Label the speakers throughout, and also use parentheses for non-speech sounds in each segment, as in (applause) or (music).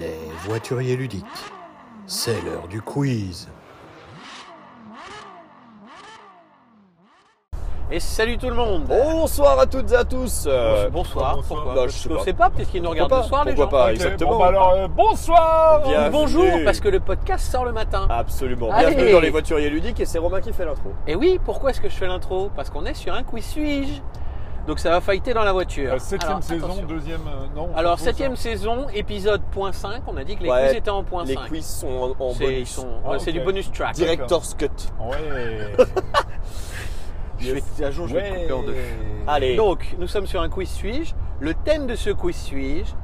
Speaker 1: Les voituriers ludiques, c'est l'heure du quiz.
Speaker 2: Et salut tout le monde
Speaker 3: Bonsoir à toutes et à tous. Euh,
Speaker 2: Bonsoir,
Speaker 4: bonsoir.
Speaker 2: pourquoi
Speaker 3: Oh. Bah, je
Speaker 2: Parce
Speaker 3: sais
Speaker 2: qu'on
Speaker 3: pas.
Speaker 2: sait pas, peut-être qu'ils nous regardent
Speaker 3: Pourquoi
Speaker 2: le
Speaker 3: pas
Speaker 2: soir les
Speaker 3: Pourquoi
Speaker 2: gens.
Speaker 3: pas
Speaker 2: Ou
Speaker 4: Ok,
Speaker 3: Ah, exactement.
Speaker 4: Bon, bah alors, euh, bonsoir
Speaker 3: Bien.
Speaker 2: Bonjour,
Speaker 3: Bienvenue.
Speaker 2: parce que le podcast sort le matin.
Speaker 3: Absolument.
Speaker 2: Allez.
Speaker 3: Bienvenue dans les voituriers ludiques et c'est Romain qui fait l'intro.
Speaker 2: Et oui, pourquoi est-ce que je fais l'intro Parce qu'on est sur un quiz suis-je Donc ça va fighter dans la voiture.
Speaker 4: Euh, Septième
Speaker 2: Alors,
Speaker 4: saison,
Speaker 2: attention.
Speaker 4: deuxième. euh, non. on
Speaker 2: Alors,
Speaker 4: fait pas
Speaker 2: septième saison, épisode point .5, on a dit que les
Speaker 3: Ouais,
Speaker 2: quiz étaient en point
Speaker 3: les
Speaker 2: 5.
Speaker 3: quiz sont en, en
Speaker 2: C'est ils
Speaker 3: bonus.
Speaker 2: sont-
Speaker 4: Ah,
Speaker 2: ouais, c'est
Speaker 4: ok.
Speaker 2: du bonus track.
Speaker 3: Director's Cut.
Speaker 4: ça. Ouais.
Speaker 2: Je vais, un jour, je vais te couper en deux.
Speaker 3: Allez.
Speaker 2: Donc, nous sommes sur un quiz suis-je. Le thème de ce quiz suis-je,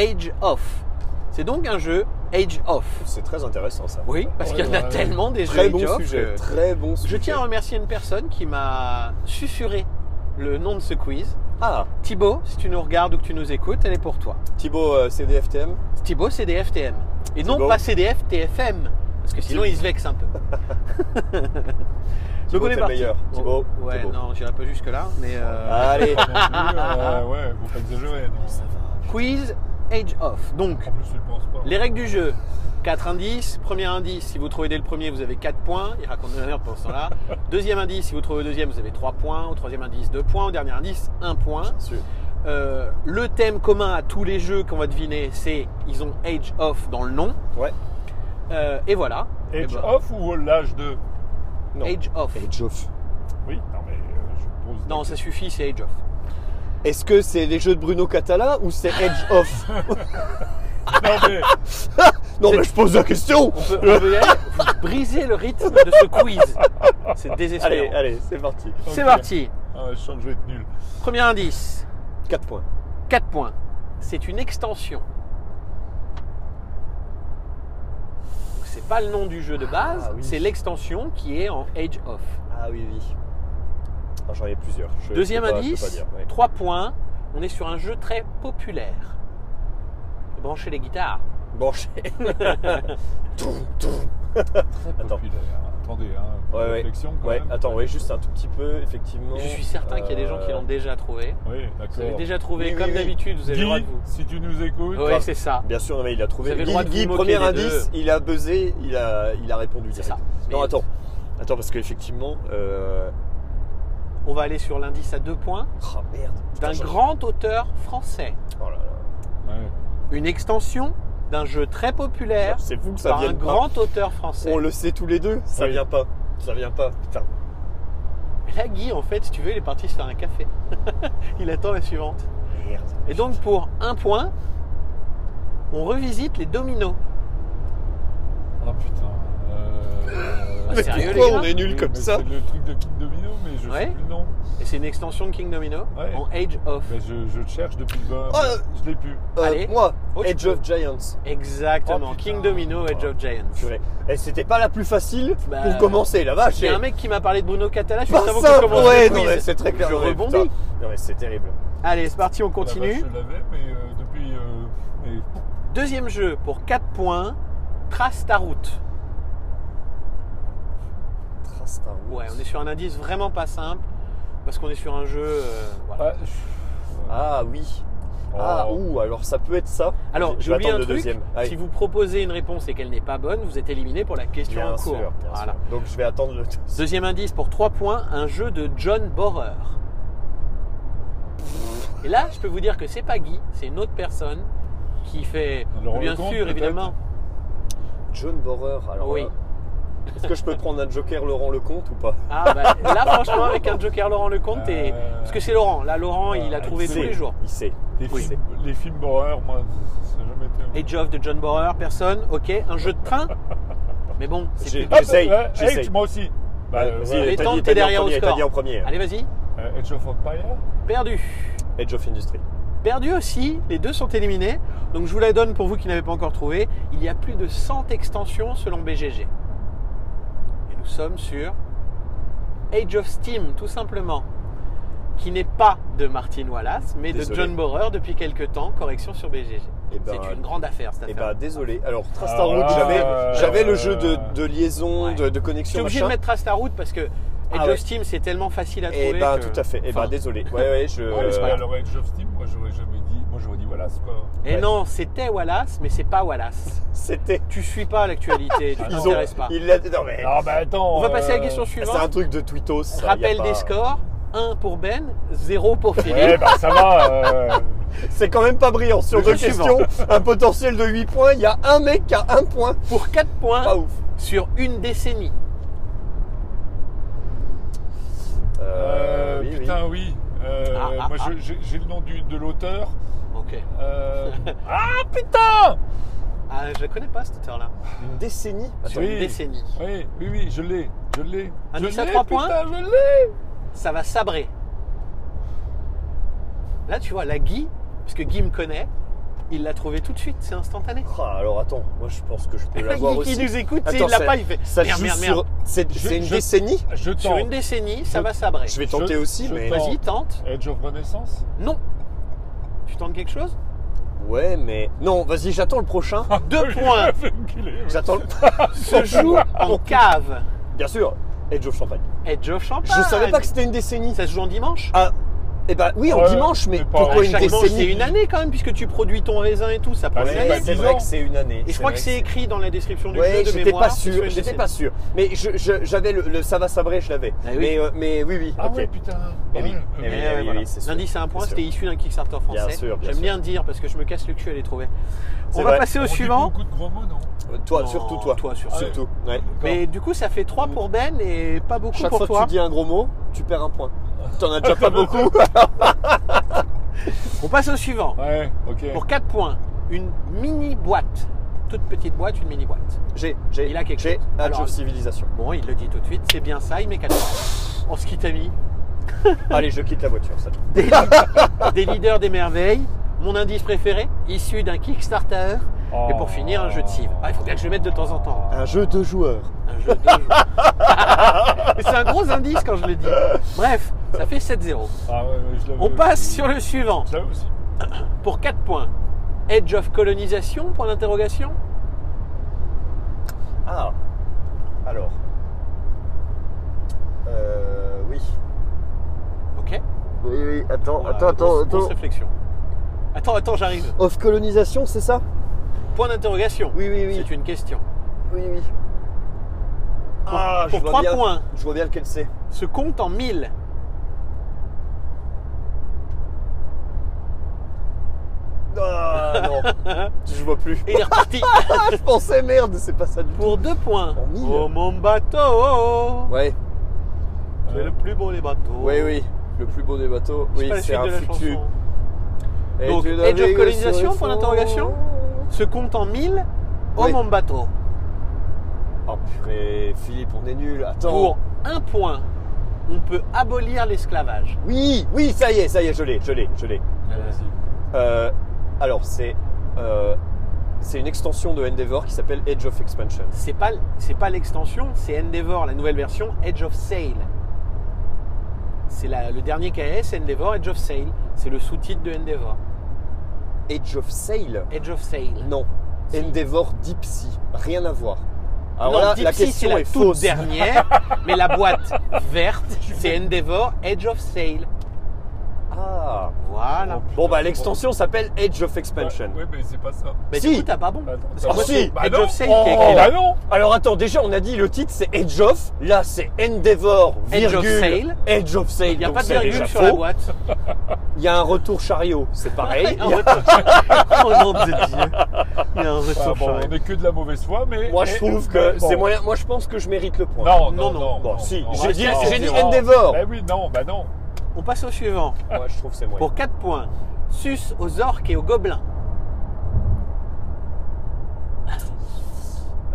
Speaker 2: Age Off. C'est donc un jeu Age Off.
Speaker 3: C'est très intéressant ça.
Speaker 2: Oui, parce
Speaker 4: Ouais,
Speaker 2: qu'il y en a
Speaker 4: ouais.
Speaker 2: tellement des
Speaker 3: Très
Speaker 2: jeux
Speaker 3: bon
Speaker 2: Age of
Speaker 3: sujet.
Speaker 2: que-
Speaker 3: Très bon sujet.
Speaker 2: euh, Je tiens à remercier une personne qui m'a susurré le nom de ce quiz.
Speaker 3: Ah,
Speaker 2: Thibaut, si tu nous regardes ou que tu nous écoutes, elle est pour toi.
Speaker 3: Thibaut euh, CDFTM.
Speaker 2: Thibaut, c'est des FTM. Et non
Speaker 3: Thibaut.
Speaker 2: pas CDF, TFM. Parce que sinon,
Speaker 3: Thibaut.
Speaker 2: ils se vexent
Speaker 3: (laughs)
Speaker 2: un peu. Donc
Speaker 3: Thibaut,
Speaker 2: on
Speaker 3: t'es
Speaker 2: est parti.
Speaker 3: le
Speaker 2: Oh,
Speaker 3: meilleur. Thibaut,
Speaker 2: Ouais,
Speaker 3: Thibaut. Ah.
Speaker 2: non, j'irai pas jusque-là. Mais euh, (laughs)
Speaker 3: Allez.
Speaker 4: Euh, ouais, vous pas exagérer. Non.
Speaker 2: quiz Age of. Donc,
Speaker 4: En plus, tu le penses pas.
Speaker 2: Les règles du jeu 4 indices. Premier indice, si vous trouvez dès le premier, vous avez 4 points. Il raconte de la merde pendant ce temps-là. Deuxième indice, si vous trouvez au deuxième, vous avez 3 points. Au troisième indice, 2 points. Au dernier indice, 1 point.
Speaker 3: Sûr.
Speaker 2: Euh, le thème commun à tous les jeux qu'on va deviner, c'est ils ont Age Off dans le nom.
Speaker 3: Ouais.
Speaker 2: Euh, et voilà.
Speaker 4: Age
Speaker 2: Eh ben,
Speaker 4: off ou l'âge 2
Speaker 3: Non.
Speaker 2: Age Off.
Speaker 3: Age of.
Speaker 4: Oui, non, mais euh, je pose.
Speaker 2: Non, ça suffit, c'est Age Off.
Speaker 3: Est-ce que c'est les jeux de Bruno Catala ou
Speaker 2: (laughs)
Speaker 3: c'est Edge Off
Speaker 4: Non, mais
Speaker 3: Non
Speaker 2: C'est-
Speaker 3: mais je pose la question
Speaker 2: On peut, on peut y aller. Vous brisez le rythme de ce quiz.
Speaker 3: (laughs)
Speaker 2: C'est désespérant.
Speaker 3: Allez, allez, c'est parti.
Speaker 2: C'est
Speaker 4: Ok.
Speaker 2: parti.
Speaker 4: Ah, je sens que je vais être nul.
Speaker 2: Premier indice.
Speaker 3: 4 points.
Speaker 2: 4 points. C'est une extension. Donc, C'est pas le nom du jeu de base,
Speaker 3: Ah, oui.
Speaker 2: c'est l'extension qui est en Age Off.
Speaker 3: Ah oui, oui. Ah, J'en ai plusieurs. Je- je
Speaker 2: Deuxième
Speaker 3: peux pas- je peux pas
Speaker 2: indice,
Speaker 3: dire, ouais.
Speaker 2: 3 points. On est sur un jeu très populaire. Branchez les guitares.
Speaker 3: Branché. (laughs) Toum, toum. Attends.
Speaker 4: Populaire. Attendez, hein. pas
Speaker 3: Ouais,
Speaker 4: de
Speaker 3: ouais.
Speaker 4: réflexion, quand
Speaker 3: Ouais,
Speaker 4: même.
Speaker 3: attends, oui, juste un tout petit peu, effectivement.
Speaker 2: Je suis certain qu'il y a des gens qui l'ont déjà trouvé.
Speaker 4: Oui,
Speaker 2: Vous avez
Speaker 4: d'accord.
Speaker 2: déjà trouvé,
Speaker 3: Euh. Oui, oui,
Speaker 2: comme
Speaker 3: oui.
Speaker 2: d'habitude, vous avez le droit de
Speaker 4: Guy,
Speaker 2: vous.
Speaker 4: si tu nous écoutes.
Speaker 2: Oui, c'est ça.
Speaker 3: Bien sûr, non, mais il a trouvé.
Speaker 2: Vous avez le
Speaker 3: Guy,
Speaker 2: droit de vous
Speaker 3: Guy,
Speaker 2: moquer
Speaker 3: premier
Speaker 2: des
Speaker 3: indice, il a buzzé, il a, il a répondu
Speaker 2: C'est
Speaker 3: direct.
Speaker 2: ça.
Speaker 3: Non,
Speaker 2: Mais
Speaker 3: attends. Attends, parce qu'effectivement. Euh...
Speaker 2: On va aller sur l'indice à 2 points
Speaker 3: Oh merde. Putain,
Speaker 2: d'un
Speaker 3: j'en-
Speaker 2: grand auteur français.
Speaker 3: Oh là là.
Speaker 4: Ouais.
Speaker 2: Une extension d'un jeu très populaire
Speaker 3: C'est fou que ça
Speaker 2: par
Speaker 3: vienne
Speaker 2: un
Speaker 3: pas.
Speaker 2: grand auteur français.
Speaker 3: On le sait tous les deux, ça
Speaker 4: Oui.
Speaker 3: vient pas. Ça vient pas, putain.
Speaker 2: Là, Guy, en fait, si tu veux, il est parti se faire un café. (laughs) il attend la suivante.
Speaker 3: Merde.
Speaker 2: Et donc, pour un point, on revisite les dominos.
Speaker 4: Ah putain. Euh...
Speaker 2: Ah, sérieux,
Speaker 3: pourquoi
Speaker 2: les gars
Speaker 3: on est nuls
Speaker 4: Oui,
Speaker 3: comme
Speaker 4: mais
Speaker 3: ça
Speaker 4: C'est le truc de King Domino, mais je
Speaker 2: Ouais.
Speaker 4: sais plus le nom.
Speaker 2: Et c'est une extension de King Domino
Speaker 4: Ouais.
Speaker 2: en Age of.
Speaker 4: Ben, je, je le cherche depuis le bas.
Speaker 3: Oh,
Speaker 2: Ah,
Speaker 4: mais je l'ai plus.
Speaker 3: Euh,
Speaker 2: Allez.
Speaker 3: Moi,
Speaker 2: Oh, tu
Speaker 3: Edge
Speaker 2: peux.
Speaker 3: of Giants.
Speaker 2: Exactement,
Speaker 4: Oh, putain.
Speaker 2: King Domino, Age of Giants.
Speaker 3: Purée. Et c'était pas la plus facile
Speaker 2: Bah,
Speaker 3: pour commencer, la vache.
Speaker 2: J'ai
Speaker 3: eh.
Speaker 2: un mec qui m'a parlé de Bruno Catala, je suis
Speaker 3: Pas
Speaker 2: avant qu'on
Speaker 3: simple.
Speaker 2: commence
Speaker 3: Ouais,
Speaker 2: le
Speaker 3: non,
Speaker 2: quiz.
Speaker 3: mais c'est très clair.
Speaker 2: Je
Speaker 3: Non, mais
Speaker 2: rebondis.
Speaker 3: putain. Non, mais c'est terrible.
Speaker 2: Allez, c'est parti, on
Speaker 4: La
Speaker 2: continue.
Speaker 4: vache, je l'avais, mais euh, depuis. euh, mais-
Speaker 2: Deuxième jeu pour 4 points, Trace ta route.
Speaker 3: Trace ta route.
Speaker 2: Ouais, on est sur un indice vraiment pas simple, parce qu'on est sur un jeu... euh, voilà.
Speaker 4: Ah, pff, ouais.
Speaker 3: Ah oui. Ah
Speaker 4: Oh.
Speaker 3: ouh, alors ça peut être ça.
Speaker 2: Alors,
Speaker 3: Je- je
Speaker 2: j'ai
Speaker 3: vais
Speaker 2: oublié un
Speaker 3: attendre le
Speaker 2: truc.
Speaker 3: deuxième. Allez.
Speaker 2: Si vous proposez une réponse et qu'elle n'est pas bonne, vous êtes éliminé pour la question
Speaker 3: Bien
Speaker 2: en cours.
Speaker 3: sûr, bien
Speaker 2: Voilà.
Speaker 3: sûr. Donc je vais attendre le deuxième.
Speaker 2: Deuxième indice pour 3 points, un jeu de John Borer. Et là, je peux vous dire que c'est pas Guy, c'est une autre personne qui fait,
Speaker 4: Alors, on
Speaker 2: bien
Speaker 4: le compte,
Speaker 2: sûr,
Speaker 4: peut-être
Speaker 2: évidemment.
Speaker 3: John Borer. Alors
Speaker 2: Oui.
Speaker 3: là, est-ce que je peux prendre un Joker Laurent Lecomte ou pas
Speaker 2: Ah, bah, là, franchement, avec un Joker Laurent Lecomte, t'es-
Speaker 4: Euh,
Speaker 2: parce que c'est Laurent. Là, Laurent, il a
Speaker 4: Ah,
Speaker 2: trouvé
Speaker 3: il
Speaker 2: tous
Speaker 3: sait,
Speaker 2: les jours.
Speaker 3: Il sait.
Speaker 4: les,
Speaker 2: oui.
Speaker 4: films, les films d'horreur, moi, ça n'a jamais été.
Speaker 2: Age of de John Borer, personne. Ok, un jeu de train. Mais bon, c'est
Speaker 3: J'ai-
Speaker 2: plus
Speaker 4: Ah,
Speaker 3: J'essaye,
Speaker 4: bah, ouais,
Speaker 3: j'essaye.
Speaker 4: Edge, moi aussi. Bah,
Speaker 3: Vas-y,
Speaker 4: euh,
Speaker 3: vas-y,
Speaker 4: voilà.
Speaker 2: les
Speaker 3: t'as
Speaker 2: temps, t'es
Speaker 3: dit- t'as dit en
Speaker 2: derrière au
Speaker 3: premier,
Speaker 2: score.
Speaker 3: T'as dit en premier.
Speaker 2: Allez, vas-y.
Speaker 4: Euh, Edge of Empire.
Speaker 2: Perdu.
Speaker 3: Edge of Industry.
Speaker 2: perdu aussi, les deux sont éliminés. Donc je vous la donne pour vous qui n'avez pas encore trouvé. Il y a plus de 100 extensions selon BGG. Et nous sommes sur Age of Steam, tout simplement, qui n'est pas de Martin Wallace, mais de
Speaker 3: Désolé.
Speaker 2: John Borer depuis quelques temps, correction sur BGG.
Speaker 3: Eh ben,
Speaker 2: C'est une grande affaire cette
Speaker 3: Eh
Speaker 2: affaire.
Speaker 3: bah désolé. Alors Trace ta
Speaker 4: Alors
Speaker 3: route,
Speaker 4: là,
Speaker 3: j'avais,
Speaker 4: euh,
Speaker 3: j'avais le jeu de, de liaison,
Speaker 2: Ouais.
Speaker 3: de, de
Speaker 2: Je suis
Speaker 3: connexion.
Speaker 2: obligé de
Speaker 3: machin.
Speaker 2: mettre Trace la route parce que Age
Speaker 3: Ah ouais.
Speaker 2: of Steam c'est tellement facile à
Speaker 3: Eh
Speaker 2: trouver.
Speaker 3: bah
Speaker 2: que-
Speaker 3: tout à fait. Eh
Speaker 2: enfin,
Speaker 3: bah désolé. Ouais ouais je.
Speaker 4: Ouais,
Speaker 2: c'est pas grave.
Speaker 4: alors Edge of Steam, moi j'aurais jamais dit. moi j'aurais dit Wallace quoi.
Speaker 2: Et
Speaker 4: Ouais.
Speaker 2: Eh non, c'était Wallace, mais c'est pas Wallace.
Speaker 3: C'était.
Speaker 2: Tu suis pas l'actualité,
Speaker 3: Ah,
Speaker 2: tu
Speaker 4: Ils ont-
Speaker 2: t'intéresses pas.
Speaker 3: Il l'a. Non mais.
Speaker 4: Ah bah attends.
Speaker 2: On va passer à la
Speaker 4: euh,
Speaker 2: question
Speaker 3: C'est un
Speaker 2: suivante.
Speaker 3: truc de twittos. ça, y a
Speaker 2: Rappel
Speaker 3: pas-
Speaker 2: des scores. 1 pour Ben, 0 pour
Speaker 4: Ouais,
Speaker 2: Philippe.
Speaker 4: bah ça va.
Speaker 2: (laughs)
Speaker 4: euh,
Speaker 3: C'est quand même pas brillant. Sur
Speaker 2: Le
Speaker 3: deux
Speaker 2: suivant.
Speaker 3: questions, un potentiel de 8 points, il y a un mec qui a un point.
Speaker 2: Pour 4
Speaker 3: Pas
Speaker 2: points
Speaker 3: ouf.
Speaker 2: sur une décennie.
Speaker 4: euh,
Speaker 3: Euh, oui, oui.
Speaker 4: putain, oui. Euh,
Speaker 2: Ah, ah,
Speaker 4: moi
Speaker 2: ah.
Speaker 4: je- j'ai j'ai le nom du, de l'auteur.
Speaker 2: Ok. (laughs)
Speaker 4: Euh, ah putain
Speaker 2: Ah, je la connais pas cette heure-là.
Speaker 3: Une décennie. Attends.
Speaker 2: Sur
Speaker 4: Oui.
Speaker 2: une décennie.
Speaker 4: Oui, oui, oui, je l'ai. Je l'ai.
Speaker 2: Un
Speaker 4: je
Speaker 2: dix à
Speaker 4: l'ai,
Speaker 2: trois points
Speaker 4: putain, je l'ai.
Speaker 2: Ça va sabrer. Là, tu vois, la Guy, parce que Guy me connaît, il l'a trouvé tout de suite, c'est instantané.
Speaker 3: Ah, alors attends, moi je pense que je
Speaker 2: (laughs)
Speaker 3: peux
Speaker 2: Guy
Speaker 3: l'avoir
Speaker 2: qui
Speaker 3: aussi.
Speaker 2: nous écoute,
Speaker 3: Attends,
Speaker 2: s'il l'a
Speaker 3: ça-
Speaker 2: pas, il fait
Speaker 3: Ça se
Speaker 2: merde,
Speaker 3: joue
Speaker 2: merde,
Speaker 3: sur.
Speaker 2: merde.
Speaker 3: C'est
Speaker 4: Je-
Speaker 3: c'est une
Speaker 4: je-
Speaker 3: décennie
Speaker 4: Je tente.
Speaker 2: Sur une décennie, ça
Speaker 4: Je-
Speaker 2: va sabrer.
Speaker 3: Je vais tenter
Speaker 4: je-
Speaker 3: aussi,
Speaker 4: je
Speaker 3: mais.
Speaker 4: tente.
Speaker 2: Vas-y, tente.
Speaker 4: Edge of (laughs) Renaissance
Speaker 2: Non. Tu tentes quelque chose
Speaker 3: Ouais, mais. Non, vas-y, j'attends le
Speaker 2: (laughs)
Speaker 3: prochain.
Speaker 2: Deux
Speaker 3: (laughs)
Speaker 2: points
Speaker 3: J'attends le. (laughs)
Speaker 2: se joue en cave.
Speaker 3: Bien sûr, Edge of Champagne.
Speaker 2: Edge of Champagne.
Speaker 3: Je savais pas que c'était une décennie.
Speaker 2: ça se joue en dimanche.
Speaker 3: Ah, eh ben oui, en
Speaker 4: Ouais,
Speaker 3: dimanche, mais
Speaker 4: mais pas-
Speaker 2: À
Speaker 3: pourquoi une
Speaker 2: chaque manche, c'est
Speaker 3: décennie
Speaker 2: une année quand même, puisque tu produis ton raisin et tout, ça prend
Speaker 4: Ah,
Speaker 2: une
Speaker 4: c'est
Speaker 2: année.
Speaker 4: pas- dix ans.
Speaker 3: c'est une année.
Speaker 2: Et je crois que c'est écrit dans la description du
Speaker 3: Ouais,
Speaker 2: jeu de
Speaker 3: j'étais
Speaker 2: mémoire.
Speaker 3: pas
Speaker 2: que ce soit
Speaker 3: sûr,
Speaker 2: une
Speaker 3: j'étais
Speaker 2: décennie.
Speaker 3: pas sûr. Mais je- je- j'avais le, le ça va sabrer, je l'avais.
Speaker 2: Ah oui.
Speaker 3: Mais, euh, mais oui, oui,
Speaker 4: Ah
Speaker 3: ok.
Speaker 4: ouais, putain.
Speaker 3: Eh
Speaker 4: Ah ouais,
Speaker 3: oui, eh
Speaker 2: Eh
Speaker 3: oui,
Speaker 2: ouais, voilà.
Speaker 3: c'est sûr.
Speaker 2: L'indice à un point,
Speaker 3: C'est sûr.
Speaker 2: c'était issu d'un Kickstarter français.
Speaker 3: Bien sûr, bien
Speaker 2: J'aime
Speaker 3: sûr.
Speaker 2: bien dire parce que je me casse le cul à les trouver. On
Speaker 3: C'est
Speaker 2: va
Speaker 3: vrai.
Speaker 2: passer
Speaker 4: On
Speaker 2: au
Speaker 4: dit
Speaker 2: suivant.
Speaker 4: Beaucoup de gros mots, non
Speaker 3: Euh, Toi,
Speaker 2: Non,
Speaker 3: surtout toi. Ah,
Speaker 2: toi, surtout.
Speaker 3: Surtout, ouais.
Speaker 2: Mais du coup, ça fait 3 pour Ben et pas beaucoup
Speaker 3: Chaque
Speaker 2: pour
Speaker 3: fois
Speaker 2: toi.
Speaker 3: que tu dis un gros mot, tu perds un point. T'en as
Speaker 2: (laughs)
Speaker 3: déjà pas beaucoup.
Speaker 2: On passe au suivant.
Speaker 4: Ouais, ok.
Speaker 2: Pour 4 points, une mini boîte. Toute petite boîte, une mini boîte.
Speaker 3: J'ai, j'ai,
Speaker 2: Il a quelque
Speaker 3: j'ai
Speaker 2: chose.
Speaker 3: Age
Speaker 2: Alors-
Speaker 3: of Civilization.
Speaker 2: Bon, il le dit tout de suite, c'est bien ça, il met 4 points. On se quitte, amis.
Speaker 3: (laughs) Allez, je quitte la voiture, ça.
Speaker 2: Des leaders des merveilles. Mon indice préféré, issu d'un Kickstarter.
Speaker 4: Oh.
Speaker 2: Et pour finir, un jeu de cive. Ah, il faut bien que je le mette de temps en temps.
Speaker 3: Un jeu de joueurs.
Speaker 2: Un jeu de (laughs) Mais c'est un gros indice quand je le dis. Bref, ça fait 7-0.
Speaker 4: Ah ouais, ouais, je l'avais
Speaker 2: On
Speaker 4: aussi.
Speaker 2: passe sur le suivant.
Speaker 4: Je l'avais aussi.
Speaker 2: Pour 4 points. Edge of colonisation, point d'interrogation.
Speaker 3: Ah, alors. Euh, oui.
Speaker 2: Ok.
Speaker 3: Oui, oui, attends,
Speaker 2: Voilà, grosse- grosse réflexion. Attends, attends, j'arrive.
Speaker 3: Off colonisation, c'est ça
Speaker 2: Point d'interrogation.
Speaker 3: Oui, oui, oui.
Speaker 2: C'est une question.
Speaker 3: Oui, oui.
Speaker 2: Pour-
Speaker 3: Ah,
Speaker 2: pour
Speaker 3: je vois
Speaker 2: trois
Speaker 3: bien-
Speaker 2: points.
Speaker 3: Je vois bien lequel c'est.
Speaker 2: Se compte en 1000.
Speaker 3: Ah non, (laughs) je vois plus.
Speaker 2: Et il est reparti.
Speaker 3: Ah, je pensais merde, c'est pas ça du tout.
Speaker 2: Pour 2 points.
Speaker 3: En 1000.
Speaker 2: Oh mon bateau.
Speaker 3: Ouais,
Speaker 2: Tu es le plus beau des bateaux.
Speaker 3: oui, oui. Le plus beau des bateaux,
Speaker 2: C'est
Speaker 3: oui,
Speaker 2: pas la
Speaker 3: c'est
Speaker 2: suite de la
Speaker 3: un foutu.
Speaker 2: chanson.
Speaker 3: Et
Speaker 2: Donc,
Speaker 3: tu
Speaker 2: Age of
Speaker 3: navigues sur
Speaker 2: Colonisation,
Speaker 3: les
Speaker 2: point
Speaker 3: fonds.
Speaker 2: d'interrogation Se compte en 1000. Oh
Speaker 3: Oui.
Speaker 2: mon bateau.
Speaker 3: Oh purée, Philippe, on est nul. Attends.
Speaker 2: Pour un point, on peut abolir l'esclavage.
Speaker 3: Oui, oui, ça y est, ça y est, je l'ai, je l'ai, je l'ai. Euh, alors, c'est euh, c'est une extension de Endeavor qui s'appelle Edge of Expansion.
Speaker 2: C'est pas, c'est pas l'extension, c'est Endeavor, la nouvelle version Edge of Sail. C'est la- le dernier KS, Endeavor Edge of Sail. C'est le sous-titre de Endeavor.
Speaker 3: Edge of Sail
Speaker 2: Edge of Sail.
Speaker 3: Non.
Speaker 2: Si.
Speaker 3: Endeavor Deep Sea. Rien à voir. Alors
Speaker 2: Non,
Speaker 3: là,
Speaker 2: Deep
Speaker 3: Ah, la
Speaker 2: Sea,
Speaker 3: question
Speaker 2: c'est la
Speaker 3: est
Speaker 2: toute
Speaker 3: fausse.
Speaker 2: dernière, mais la
Speaker 3: (laughs)
Speaker 2: boîte verte, c'est Endeavor Edge of Sail.
Speaker 3: Ah.
Speaker 2: Voilà.
Speaker 3: Bon, bah, l'extension s'appelle Edge of Expansion.
Speaker 4: Oh, Ouais, mais c'est pas ça.
Speaker 2: Mais
Speaker 3: Si.
Speaker 2: du coup, t'as pas bon.
Speaker 4: Bah, attends,
Speaker 2: Parce
Speaker 4: t'as
Speaker 2: que
Speaker 3: Ah,
Speaker 2: moi,
Speaker 3: si.
Speaker 2: c'est
Speaker 4: Bah
Speaker 2: Edge
Speaker 4: non.
Speaker 2: of Sail qui est écrit
Speaker 4: Oh,
Speaker 2: là.
Speaker 4: bah non
Speaker 3: Alors attends, déjà on a dit le titre c'est Edge of, là c'est Endeavor,
Speaker 2: Edge
Speaker 3: virgule,
Speaker 2: of Sail.
Speaker 3: Edge of Sail.
Speaker 2: Il n'y a
Speaker 3: donc
Speaker 2: pas de
Speaker 3: c'est déjà
Speaker 2: virgule sur la
Speaker 3: faux.
Speaker 2: boîte.
Speaker 3: Il y a un retour chariot,
Speaker 2: (laughs)
Speaker 3: c'est pareil.
Speaker 2: Un retour- Oh, nom de Dieu. Il y a un
Speaker 4: Ah,
Speaker 2: retour
Speaker 4: bon,
Speaker 2: charrette.
Speaker 4: On est que de la mauvaise foi, mais.
Speaker 3: Moi je
Speaker 4: mais-
Speaker 3: trouve que
Speaker 4: bon.
Speaker 3: c'est moyen. Moi je pense que je mérite le point.
Speaker 4: Non,
Speaker 2: Non,
Speaker 4: non,
Speaker 2: non.
Speaker 4: non.
Speaker 3: Bon,
Speaker 4: non,
Speaker 3: si,
Speaker 4: non.
Speaker 3: j'ai dit-
Speaker 4: Non,
Speaker 3: j'ai dit
Speaker 4: non.
Speaker 3: Endeavor.
Speaker 4: Bah oui, non, bah non.
Speaker 2: On passe au suivant.
Speaker 3: Moi je trouve que c'est moyen.
Speaker 2: Pour 4 points, sus aux orques et aux gobelins.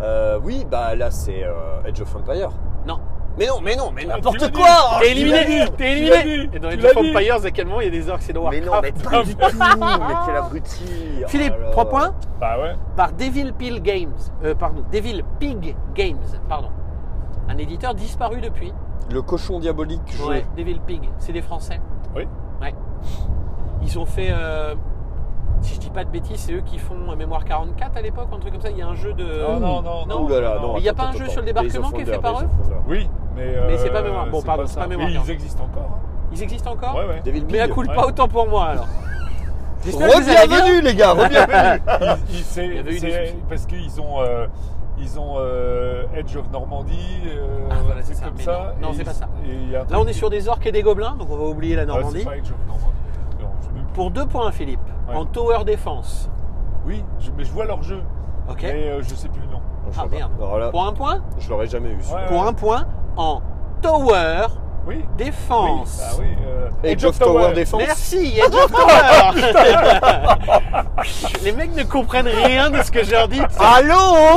Speaker 3: Euh, oui, bah là c'est euh, Edge of Empire.
Speaker 2: Non.
Speaker 3: Mais non, mais non, mais
Speaker 4: Ah, tu l'as
Speaker 3: n'importe
Speaker 4: dit.
Speaker 2: Ah,
Speaker 3: quoi
Speaker 4: T'es
Speaker 3: oh, tu l'as dit.
Speaker 2: T'es
Speaker 4: Tu l'as dit
Speaker 2: Et dans les
Speaker 4: Tu
Speaker 2: deux
Speaker 4: l'as dit
Speaker 2: Vampires, à quel moment il y a des orques Ah. et des
Speaker 3: Mais
Speaker 2: Warcraft
Speaker 3: non, mais pas du tout Mais quel abruti
Speaker 2: Philippe,
Speaker 3: Alors.
Speaker 2: 3 points
Speaker 4: Bah ouais.
Speaker 2: par Devil Pig Games. Euh, pardon, Devil Pig Games, pardon. Un éditeur disparu depuis.
Speaker 3: Le cochon diabolique, je...
Speaker 2: Ouais, Devil Pig, c'est des Français.
Speaker 4: Oui.
Speaker 2: Ouais. Ils ont fait, euh, si je dis pas de bêtises, c'est eux qui font euh, Mémoire 44 à l'époque, un truc comme ça. Il y a un jeu de.
Speaker 4: Non, Ah, non, non.
Speaker 2: non.
Speaker 3: Ouh là là, non,
Speaker 2: Mais y a pas
Speaker 3: attends,
Speaker 2: un
Speaker 3: attends,
Speaker 2: jeu
Speaker 3: attends.
Speaker 2: sur le débarquement
Speaker 3: Days of
Speaker 2: qui est fait
Speaker 3: Wonder,
Speaker 2: par
Speaker 3: Days
Speaker 2: eux
Speaker 3: of Wonder.
Speaker 4: Oui, mais.
Speaker 2: Mais c'est
Speaker 4: euh,
Speaker 2: pas mémoire. Bon, pardon, c'est
Speaker 4: ça.
Speaker 2: pas mémoire,
Speaker 4: Mais
Speaker 2: pardon.
Speaker 4: ils existent encore. hein.
Speaker 2: (laughs) Ils existent encore
Speaker 4: Ouais, ouais.
Speaker 3: Devil
Speaker 2: Mais à
Speaker 3: Pig.
Speaker 2: coule
Speaker 4: ouais.
Speaker 2: pas autant pour moi alors. J'espère que vous allez bien.
Speaker 3: Bienvenue les gars, bienvenue.
Speaker 4: Ils- ils- c'est-
Speaker 2: Il y avait eu
Speaker 4: c'est-
Speaker 2: des soucis.
Speaker 4: Parce qu'ils ont, euh, ils ont euh, Edge of Normandie, euh,
Speaker 2: Ah, voilà,
Speaker 4: un
Speaker 2: c'est
Speaker 4: truc
Speaker 2: ça,
Speaker 4: comme
Speaker 2: mais
Speaker 4: ça.
Speaker 2: non. Non,
Speaker 4: et
Speaker 2: c'est
Speaker 4: ils-
Speaker 2: pas ça.
Speaker 4: et il y a un
Speaker 2: Là,
Speaker 4: truc
Speaker 2: on est
Speaker 4: qui-
Speaker 2: sur des orques et des gobelins, donc on va oublier la
Speaker 4: Ah, c'est
Speaker 2: Normandie.
Speaker 4: pas Edge of Normandie. Non, je sais même-
Speaker 2: Pour deux points, Philippe,
Speaker 4: Ouais.
Speaker 2: en tower défense.
Speaker 4: Oui, je- mais je vois leur jeu.
Speaker 2: Ok.
Speaker 4: Mais euh, je sais plus le nom.
Speaker 2: Ah, merde.
Speaker 3: Alors là,
Speaker 2: Pour un point
Speaker 3: je l'aurais jamais eu. celui-là.
Speaker 4: Ouais.
Speaker 2: Pour un point en tower
Speaker 4: Euh. Oui.
Speaker 2: défense.
Speaker 4: Oui, bah oui, euh,
Speaker 3: Age of Tower Defense.
Speaker 2: Merci, Edge of Tower. Les mecs ne comprennent rien de ce que je leur dis.
Speaker 3: Allô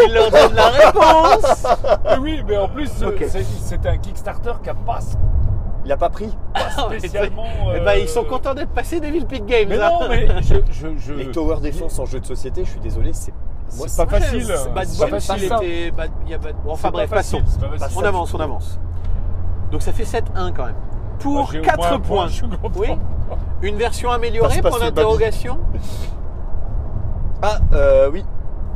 Speaker 2: Ils leur donnent la réponse.
Speaker 4: Mais oui, mais en plus, euh,
Speaker 2: Ok.
Speaker 4: c'est- c'était un Kickstarter qui
Speaker 2: (laughs)
Speaker 4: a pas
Speaker 3: Il a pas pris.
Speaker 4: (laughs) spécialement.
Speaker 2: Eh
Speaker 4: euh,
Speaker 2: ben, ils sont contents d'être passés des Peak Games.
Speaker 4: Mais
Speaker 2: hein.
Speaker 4: non, mais je. je, je-
Speaker 3: Les Tower Defense en jeu de société, je suis désolé, c'est moi,
Speaker 4: Euh, C'est pas
Speaker 2: Moi,
Speaker 4: facile.
Speaker 2: j'aime- Bad
Speaker 4: C'est
Speaker 2: Boy,
Speaker 4: pas
Speaker 2: s'il
Speaker 4: facile.
Speaker 2: était- Bad- il y a Bad- bon,
Speaker 4: C'est
Speaker 2: Enfin
Speaker 4: pas
Speaker 2: bref,
Speaker 4: facile,
Speaker 2: passons.
Speaker 4: c'est pas facile.
Speaker 2: On avance, on avance. Donc ça fait 7-1 quand même. Pour
Speaker 4: Bah, J'ai au moins
Speaker 2: 4
Speaker 4: un point,
Speaker 2: points.
Speaker 4: je suis content.
Speaker 2: Oui. Une version améliorée,
Speaker 3: Passe, passe
Speaker 2: point
Speaker 3: le
Speaker 2: d'interrogation.
Speaker 3: Ah euh, oui.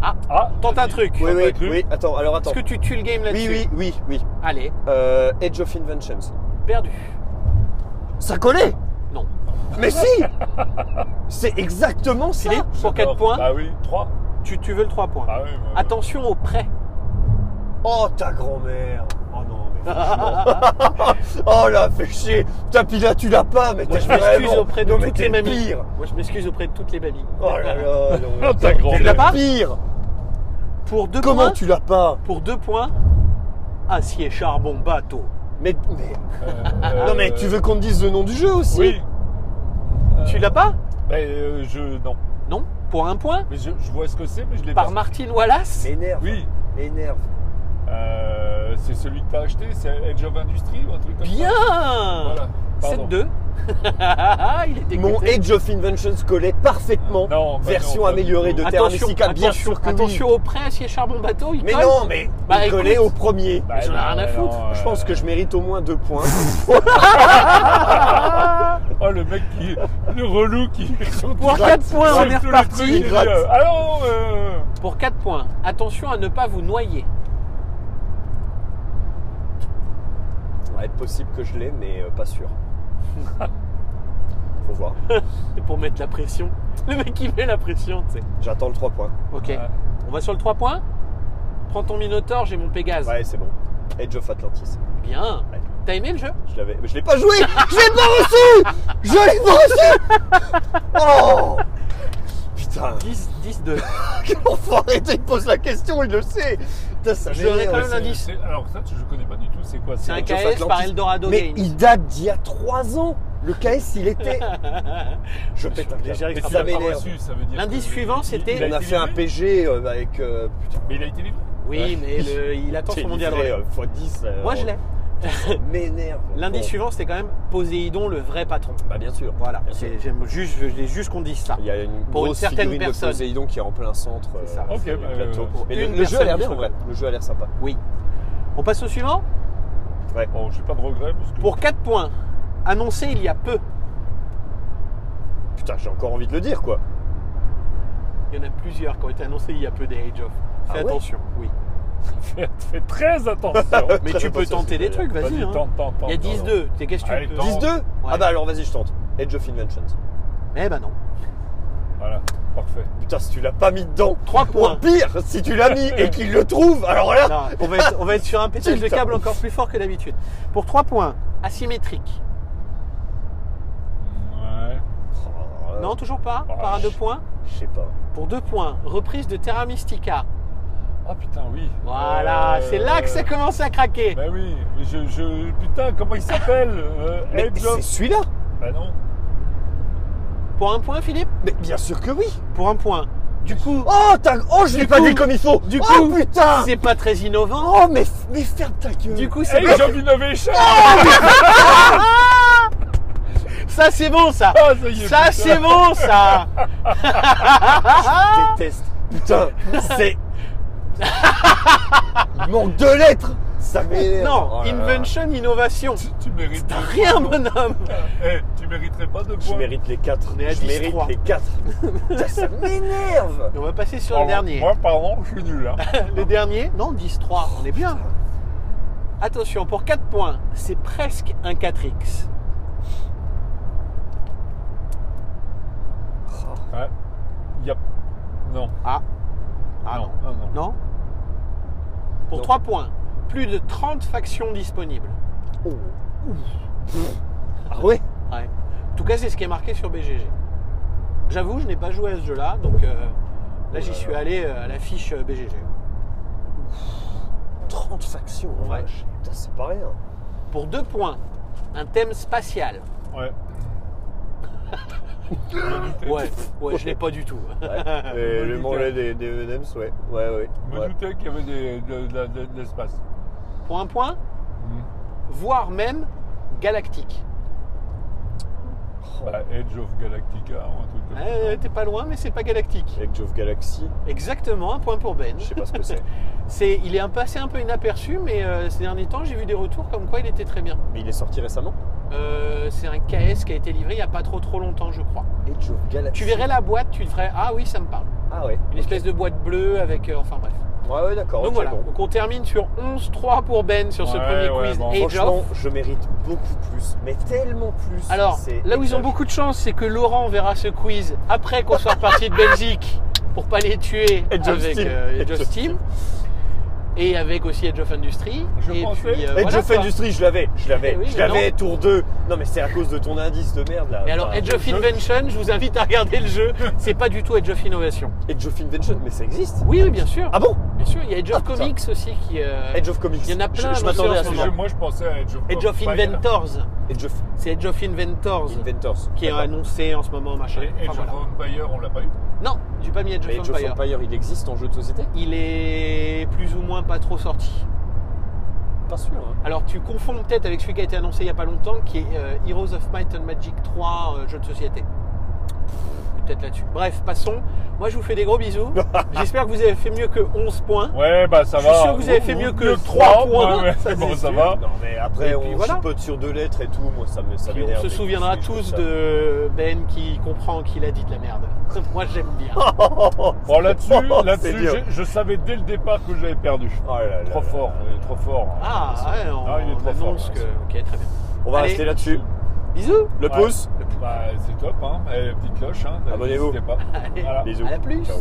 Speaker 4: Ah,
Speaker 2: Tente un truc.
Speaker 3: Oui
Speaker 4: J'aurais
Speaker 3: oui
Speaker 4: pas cru.
Speaker 3: oui, attends, alors attends.
Speaker 2: Est-ce que tu tues le game
Speaker 3: Oui
Speaker 2: là-dessus
Speaker 3: oui oui oui.
Speaker 2: Allez,
Speaker 3: Euh, Edge of Inventions.
Speaker 2: perdu.
Speaker 3: Ça collait
Speaker 2: Non.
Speaker 3: Mais si C'est exactement ça
Speaker 2: Philippe, pour 4
Speaker 4: J'adore.
Speaker 2: points,
Speaker 4: Ah oui, 3.
Speaker 2: tu, tu veux le 3 points.
Speaker 4: Ah oui, bah,
Speaker 2: Attention au prêt.
Speaker 3: Oh ta grand-mère Oh non mais franchement. oh là, fait chier Putain, puis là tu l'as pas, mais
Speaker 2: Moi,
Speaker 3: t'es
Speaker 2: je m'excuse
Speaker 3: vraiment-
Speaker 2: auprès de
Speaker 3: non, mais
Speaker 2: toutes
Speaker 3: t'es
Speaker 2: les mamies.
Speaker 3: pire
Speaker 2: Moi, je m'excuse auprès de toutes les mamies.
Speaker 3: Oh là là, non, mais
Speaker 4: Oh, ta grand-mère.
Speaker 3: t'es
Speaker 4: Tu l'as
Speaker 2: pas
Speaker 3: pire
Speaker 2: Pour 2
Speaker 3: Comment
Speaker 2: points,
Speaker 3: tu l'as pas
Speaker 2: pour deux points, acier, charbon, bateau.
Speaker 3: mais, mais-
Speaker 4: euh, euh,
Speaker 3: Non mais tu veux qu'on te dise le nom du jeu aussi
Speaker 4: Oui.
Speaker 3: Euh.
Speaker 2: Tu l'as pas
Speaker 4: Mais euh, je. Non.
Speaker 2: Non. Pour un point,
Speaker 4: Mais je, je vois ce que c'est, mais je l'ai
Speaker 2: par
Speaker 4: pas.
Speaker 2: Martin Wallace.
Speaker 3: M'énerve
Speaker 4: Oui.
Speaker 3: M'énerve
Speaker 4: Euh, c'est celui que t'as acheté, c'est Edge of Industry ou un truc comme
Speaker 2: Bien
Speaker 4: ça. Voilà. Pardon.
Speaker 2: 7-2. (laughs) Il était
Speaker 3: Mon Edge of Inventions collait parfaitement.
Speaker 4: Non, bah
Speaker 3: version
Speaker 4: non, pas du
Speaker 3: améliorée
Speaker 4: tout.
Speaker 3: de Terra
Speaker 2: Attention,
Speaker 3: Mystica, bien
Speaker 2: attention,
Speaker 3: sûr que
Speaker 2: attention
Speaker 3: oui.
Speaker 2: au prêt, acier, charbon, bateau. Il
Speaker 3: Mais
Speaker 2: colle.
Speaker 3: non, mais
Speaker 2: Bah,
Speaker 3: il collait
Speaker 2: écoute.
Speaker 3: au premier.
Speaker 4: Bah,
Speaker 2: J'en ai rien à
Speaker 4: non,
Speaker 2: foutre.
Speaker 4: non, euh,
Speaker 3: Je pense que je mérite au moins deux (laughs) points.
Speaker 4: Oh, le mec qui. Le relou qui.
Speaker 2: Pour
Speaker 4: qui
Speaker 2: 4 points, on est
Speaker 4: gratte tout le truc,
Speaker 2: reparti.
Speaker 4: il dit, euh, Alors, euh,
Speaker 2: Pour 4 points, attention à ne pas vous noyer.
Speaker 3: Il va être possible que je l'ai, mais euh, pas (laughs) sûr. Faut voir.
Speaker 2: C'est pour mettre la pression. (laughs) Le mec qui met la pression, tu sais.
Speaker 3: J'attends le 3 points.
Speaker 2: Ok.
Speaker 4: Ouais.
Speaker 2: On va sur le 3 points. Prends ton Minotaur, j'ai mon Pégase.
Speaker 3: Ouais, c'est bon. Edge of Atlantis.
Speaker 2: Bien.
Speaker 3: Ouais.
Speaker 2: T'as aimé le jeu
Speaker 3: Je l'avais. Mais je l'ai pas joué (laughs) Je l'ai pas reçu Je l'ai pas reçu (laughs) Oh Putain
Speaker 2: 10, 10 2.
Speaker 3: Quel enfoiré Il pose la question, il le sait Putain, ça
Speaker 2: Je l'aurais
Speaker 3: m'énerve.
Speaker 2: quand même
Speaker 4: euh, c'est-
Speaker 2: l'indice.
Speaker 4: c'est- Alors, ça, tu- je connais pas du tout, c'est quoi
Speaker 2: C'est un
Speaker 4: Edge
Speaker 3: Jeff
Speaker 2: KS par
Speaker 3: Atlantis.
Speaker 2: Eldorado
Speaker 3: Mais
Speaker 2: Games.
Speaker 3: il date d'il y a 3 ans Le KS, il
Speaker 2: (laughs)
Speaker 3: était... Je pète un
Speaker 2: Légère
Speaker 3: câble.
Speaker 4: Mais tu
Speaker 3: Ça
Speaker 4: l'as pas
Speaker 3: m'énerve.
Speaker 4: reçu, ça veut dire.
Speaker 2: L'indice
Speaker 4: que- euh,
Speaker 2: suivant, c'était-
Speaker 4: il
Speaker 3: On a
Speaker 4: été
Speaker 3: fait un
Speaker 4: livré
Speaker 3: PG euh, avec... euh, putain,
Speaker 4: Mais il a été livré.
Speaker 2: Oui,
Speaker 3: Ouais.
Speaker 2: mais le- il attend
Speaker 3: t'es
Speaker 2: son mondial.
Speaker 3: livré,
Speaker 2: relais.
Speaker 3: euh, fois 10. euh,
Speaker 2: Moi, je l'ai. (laughs)
Speaker 3: ça m'énerve.
Speaker 2: L'indice
Speaker 3: Bon.
Speaker 2: suivant, c'était quand même Poséidon, le vrai patron.
Speaker 3: Bah bien sûr.
Speaker 2: Voilà.
Speaker 3: Bien sûr.
Speaker 2: C'est- J'aime juste, je voulais juste qu'on dise ça.
Speaker 3: Il y a une
Speaker 2: Pour une
Speaker 3: grosse
Speaker 2: certaine
Speaker 3: figurine
Speaker 2: personne.
Speaker 3: de Poséidon qui est en plein centre.
Speaker 2: C'est ça.
Speaker 4: Ok,
Speaker 3: sur le
Speaker 4: bah,
Speaker 3: plateau.
Speaker 4: euh,
Speaker 3: Mais le-
Speaker 2: une
Speaker 3: le, jeu a
Speaker 2: personne
Speaker 3: l'air bien
Speaker 2: qui
Speaker 3: en vrai. Le jeu a l'air sympa.
Speaker 2: Oui. On passe au suivant.
Speaker 4: Bon, j'ai pas de regrets. Parce que...
Speaker 2: Pour 4 points, annoncé il y a peu.
Speaker 3: Putain, j'ai encore envie de le dire quoi.
Speaker 2: Il y en a plusieurs qui ont été annoncés il y a peu des Age of.
Speaker 3: Ah
Speaker 2: Fais
Speaker 3: ouais
Speaker 2: attention, oui.
Speaker 4: Fais, fais très attention.
Speaker 2: (laughs) Mais
Speaker 3: Très
Speaker 2: tu peux
Speaker 3: attention,
Speaker 2: tenter
Speaker 3: c'est
Speaker 2: des
Speaker 3: pas
Speaker 2: trucs, vas-y.
Speaker 4: Vas-y,
Speaker 2: hein.
Speaker 4: tente, tente,
Speaker 2: Il y a
Speaker 4: tente, tente.
Speaker 2: 10-2, t'es qu'est-ce que
Speaker 4: Allez,
Speaker 2: tu peux
Speaker 4: tente.
Speaker 3: 10-2 Ah bah alors vas-y, je tente. Edge of Inventions.
Speaker 2: Eh ben non.
Speaker 4: Voilà, parfait.
Speaker 3: Putain, si tu l'as pas mis dedans.
Speaker 2: Trois points.
Speaker 3: Ou pire, si tu l'as mis et qu'il le trouve, alors là.
Speaker 2: Non, on, va être, on va être sur un pétage de
Speaker 3: Putain.
Speaker 2: câble encore plus fort que d'habitude. Pour 3 points, asymétrique.
Speaker 4: Ouais.
Speaker 3: Oh, alors là,
Speaker 2: Non, toujours pas.
Speaker 4: Ah,
Speaker 2: Par un
Speaker 4: je-
Speaker 2: 2 points.
Speaker 3: Je sais pas.
Speaker 2: Pour 2 points, reprise de Terra Mystica.
Speaker 4: Ah putain, oui.
Speaker 2: Voilà,
Speaker 4: Euh,
Speaker 2: c'est là que ça commence à craquer.
Speaker 4: Bah oui, mais je, je. Putain, comment il s'appelle euh,
Speaker 3: Mais
Speaker 4: Edge
Speaker 3: c'est
Speaker 4: of.
Speaker 3: celui-là
Speaker 4: Bah non.
Speaker 2: Pour un point, Philippe
Speaker 3: Mais bien sûr que oui
Speaker 2: Pour un point. Du coup,
Speaker 3: Oh, t'as- oh je
Speaker 2: Du
Speaker 3: l'ai pas
Speaker 2: coup-
Speaker 3: dit comme il faut
Speaker 2: du
Speaker 3: Oh
Speaker 2: coup,
Speaker 3: putain
Speaker 2: c'est pas très innovant.
Speaker 3: Oh, mais, f- mais ferme ta gueule
Speaker 2: Du coup, c'est
Speaker 4: Edge of Innovation
Speaker 2: ça, c'est bon, ça.
Speaker 4: Ah, ça y est,
Speaker 2: Ça,
Speaker 4: putain.
Speaker 2: c'est bon, ça.
Speaker 3: Je déteste. Putain, (laughs) c'est. Il manque deux lettres Ça m'énerve.
Speaker 2: Non,
Speaker 3: Oh là là.
Speaker 2: invention, innovation.
Speaker 4: Tu, tu mérites.
Speaker 2: T'as rien, bonhomme.
Speaker 4: Eh, tu mériterais pas de points.
Speaker 3: Je mérite les quatre.
Speaker 2: On est à
Speaker 3: je
Speaker 2: 10,
Speaker 3: mérite
Speaker 2: trois.
Speaker 3: les quatre. (laughs) Putain, ça m'énerve
Speaker 2: Et On va passer sur
Speaker 4: Pardon,
Speaker 2: le dernier.
Speaker 4: Moi, pardon, je suis
Speaker 2: (laughs)
Speaker 4: nul. Hein.
Speaker 2: Le dernier Non, 10-3, on est bien. Attention, pour 4 points, c'est presque un 4X.
Speaker 3: Oh,
Speaker 4: Ouais. Y a... Non.
Speaker 2: Ah non.
Speaker 4: non, non.
Speaker 2: Non Pour
Speaker 3: Non.
Speaker 2: 3 points, plus de 30 factions disponibles.
Speaker 3: Oh. Ah ouais
Speaker 2: Ouais. En tout cas, c'est ce qui est marqué sur BGG. J'avoue, je n'ai pas joué à ce jeu-là, donc euh, là,
Speaker 3: Oh
Speaker 2: j'y suis allé euh, à la fiche euh, BGG.
Speaker 3: 30 factions, la
Speaker 2: Ouais.
Speaker 3: vache. Putain, c'est pas (laughs) rien.
Speaker 2: Pour 2 points, un thème
Speaker 3: (laughs)
Speaker 2: spatial. (laughs)
Speaker 4: Ouais.
Speaker 2: Ouais, ouais je l'ai pas du tout. (laughs)
Speaker 3: Et le manger des, des M&M's, ouais. Ouais, ouais.
Speaker 4: Je me
Speaker 3: ouais.
Speaker 4: doutais qu'il y avait des- de, de- de- de l'espace.
Speaker 2: Pour un point, Hmm. voire même galactique.
Speaker 4: Bah, Edge of Galactica ou un truc comme
Speaker 2: Euh, T'es pas loin, mais c'est pas galactique.
Speaker 3: Avec Jove Galaxy,
Speaker 2: Exactement, un point pour Ben.
Speaker 3: je sais pas ce que (laughs) c'est.
Speaker 2: C'est, il est un passé un peu inaperçu, mais euh, ces derniers temps, j'ai vu des retours comme quoi il était très bien.
Speaker 3: Mais il est sorti récemment
Speaker 2: Euh, c'est un KS qui a été livré il n'y a pas trop trop longtemps, je crois.
Speaker 3: Edge of Galaxy.
Speaker 2: Tu verrais la boîte, tu te ferais ah oui, ça me parle.
Speaker 3: Ah ouais.
Speaker 2: Une espèce de boîte bleue avec euh, enfin bref.
Speaker 3: Ouais, ouais, d'accord.
Speaker 2: Donc
Speaker 3: ok,
Speaker 2: voilà.
Speaker 3: bon.
Speaker 2: Donc on termine sur 11-3 pour Ben sur ce
Speaker 4: Ouais,
Speaker 2: premier
Speaker 4: ouais,
Speaker 2: quiz
Speaker 4: bon,
Speaker 2: Age of.
Speaker 3: Franchement, je mérite beaucoup plus, mais tellement plus.
Speaker 2: Alors
Speaker 3: C'est
Speaker 2: là où ils ont
Speaker 3: exagéré.
Speaker 2: beaucoup de chance, c'est que Laurent verra ce quiz après qu'on soit parti de Belgique pour pas les tuer
Speaker 3: Age of
Speaker 2: avec
Speaker 3: Steam.
Speaker 2: euh, Age
Speaker 3: Age
Speaker 2: of
Speaker 3: of
Speaker 2: Steam. Et avec aussi Edge of Industry.
Speaker 4: Je
Speaker 2: et
Speaker 4: pensais.
Speaker 2: puis, euh,
Speaker 3: Edge
Speaker 2: voilà,
Speaker 3: of
Speaker 2: quoi.
Speaker 3: Industry, je l'avais, je l'avais,
Speaker 2: Eh oui,
Speaker 3: je
Speaker 2: mais
Speaker 3: l'avais, tour 2. Non, mais c'est à cause de ton indice de merde là.
Speaker 2: Et alors,
Speaker 3: Enfin,
Speaker 2: Edge of Invention, je vous invite à regarder le jeu. C'est pas du tout Edge of Innovation.
Speaker 3: Edge of Invention, mais ça existe
Speaker 2: Oui, oui, bien sûr.
Speaker 3: Ah bon
Speaker 2: Bien sûr, il y a Edge of
Speaker 3: Ah, putain.
Speaker 2: Comics aussi qui. euh,
Speaker 3: Edge of Comics.
Speaker 2: Il y en a plein
Speaker 3: Je- Je,
Speaker 2: annoncés
Speaker 3: m'attendais
Speaker 2: en
Speaker 3: à
Speaker 2: ce
Speaker 3: ce
Speaker 4: ça.
Speaker 2: moment.
Speaker 3: jeu.
Speaker 4: Je- Moi, je pensais à Edge of,
Speaker 2: Edge of
Speaker 4: Fire.
Speaker 2: Inventors.
Speaker 3: Edge of
Speaker 2: C'est Edge of Inventors
Speaker 3: Inventors.
Speaker 2: qui est
Speaker 3: D'accord.
Speaker 2: annoncé en ce moment, machin.
Speaker 4: Et Edge
Speaker 2: Enfin, voilà.
Speaker 4: of Empire, on l'a pas eu.
Speaker 2: Non, j'ai pas mis Edge of
Speaker 3: Mais Edge of
Speaker 2: Empire.
Speaker 3: Empire, il existe en jeu de société
Speaker 2: Il est plus ou moins pas trop sorti.
Speaker 3: Pas sûr. hein.
Speaker 2: Alors tu confonds peut-être avec celui qui a été annoncé il y a pas longtemps, qui est euh, Heroes of Might and Magic 3, euh, jeu de société. Peut-être là-dessus. Bref, passons. Moi je vous fais des gros bisous. J'espère que vous avez fait mieux que 11 points.
Speaker 4: Ouais, bah ça
Speaker 2: Je
Speaker 4: va.
Speaker 2: suis sûr que vous avez fait mieux que
Speaker 4: trois
Speaker 2: trois points,
Speaker 4: ouais,
Speaker 2: (laughs) ça,
Speaker 4: (laughs) bon,
Speaker 2: c'est
Speaker 4: ça
Speaker 2: sûr.
Speaker 4: va.
Speaker 3: Non, mais après,
Speaker 2: Et puis
Speaker 3: on
Speaker 2: voilà.
Speaker 3: chipote sur deux lettres et tout. Moi, ça me ça
Speaker 2: Puis on
Speaker 3: m'énerve,
Speaker 2: se
Speaker 3: les
Speaker 2: souviendra
Speaker 3: petits trucs
Speaker 2: tous
Speaker 3: comme
Speaker 2: de Ben qui comprend qu'il a dit de la merde. (laughs) Moi j'aime bien.
Speaker 3: ça.
Speaker 4: Bon, là-dessus,
Speaker 3: (laughs) Oh, c'est
Speaker 4: là-dessus,
Speaker 3: dur.
Speaker 4: je, je savais dès le départ que j'avais perdu.
Speaker 3: Oh là là
Speaker 4: Trop
Speaker 3: là
Speaker 4: fort,
Speaker 3: là.
Speaker 4: euh, trop fort.
Speaker 2: Ah, ouais, on,
Speaker 4: Ah, il est trop fort,
Speaker 2: annonce
Speaker 4: là,
Speaker 2: que. Ok, très bien.
Speaker 3: On va
Speaker 2: Allez.
Speaker 3: rester là-dessus.
Speaker 2: Bisous.
Speaker 3: Le
Speaker 4: Ouais.
Speaker 3: pouce
Speaker 4: Bah, c'est top, hein. Et la petite cloche, hein.
Speaker 3: Abonnez-vous. (laughs)
Speaker 4: N'hésitez pas.
Speaker 2: Allez,
Speaker 4: Voilà.
Speaker 3: Bisous.
Speaker 2: À la plus.
Speaker 3: Ciao.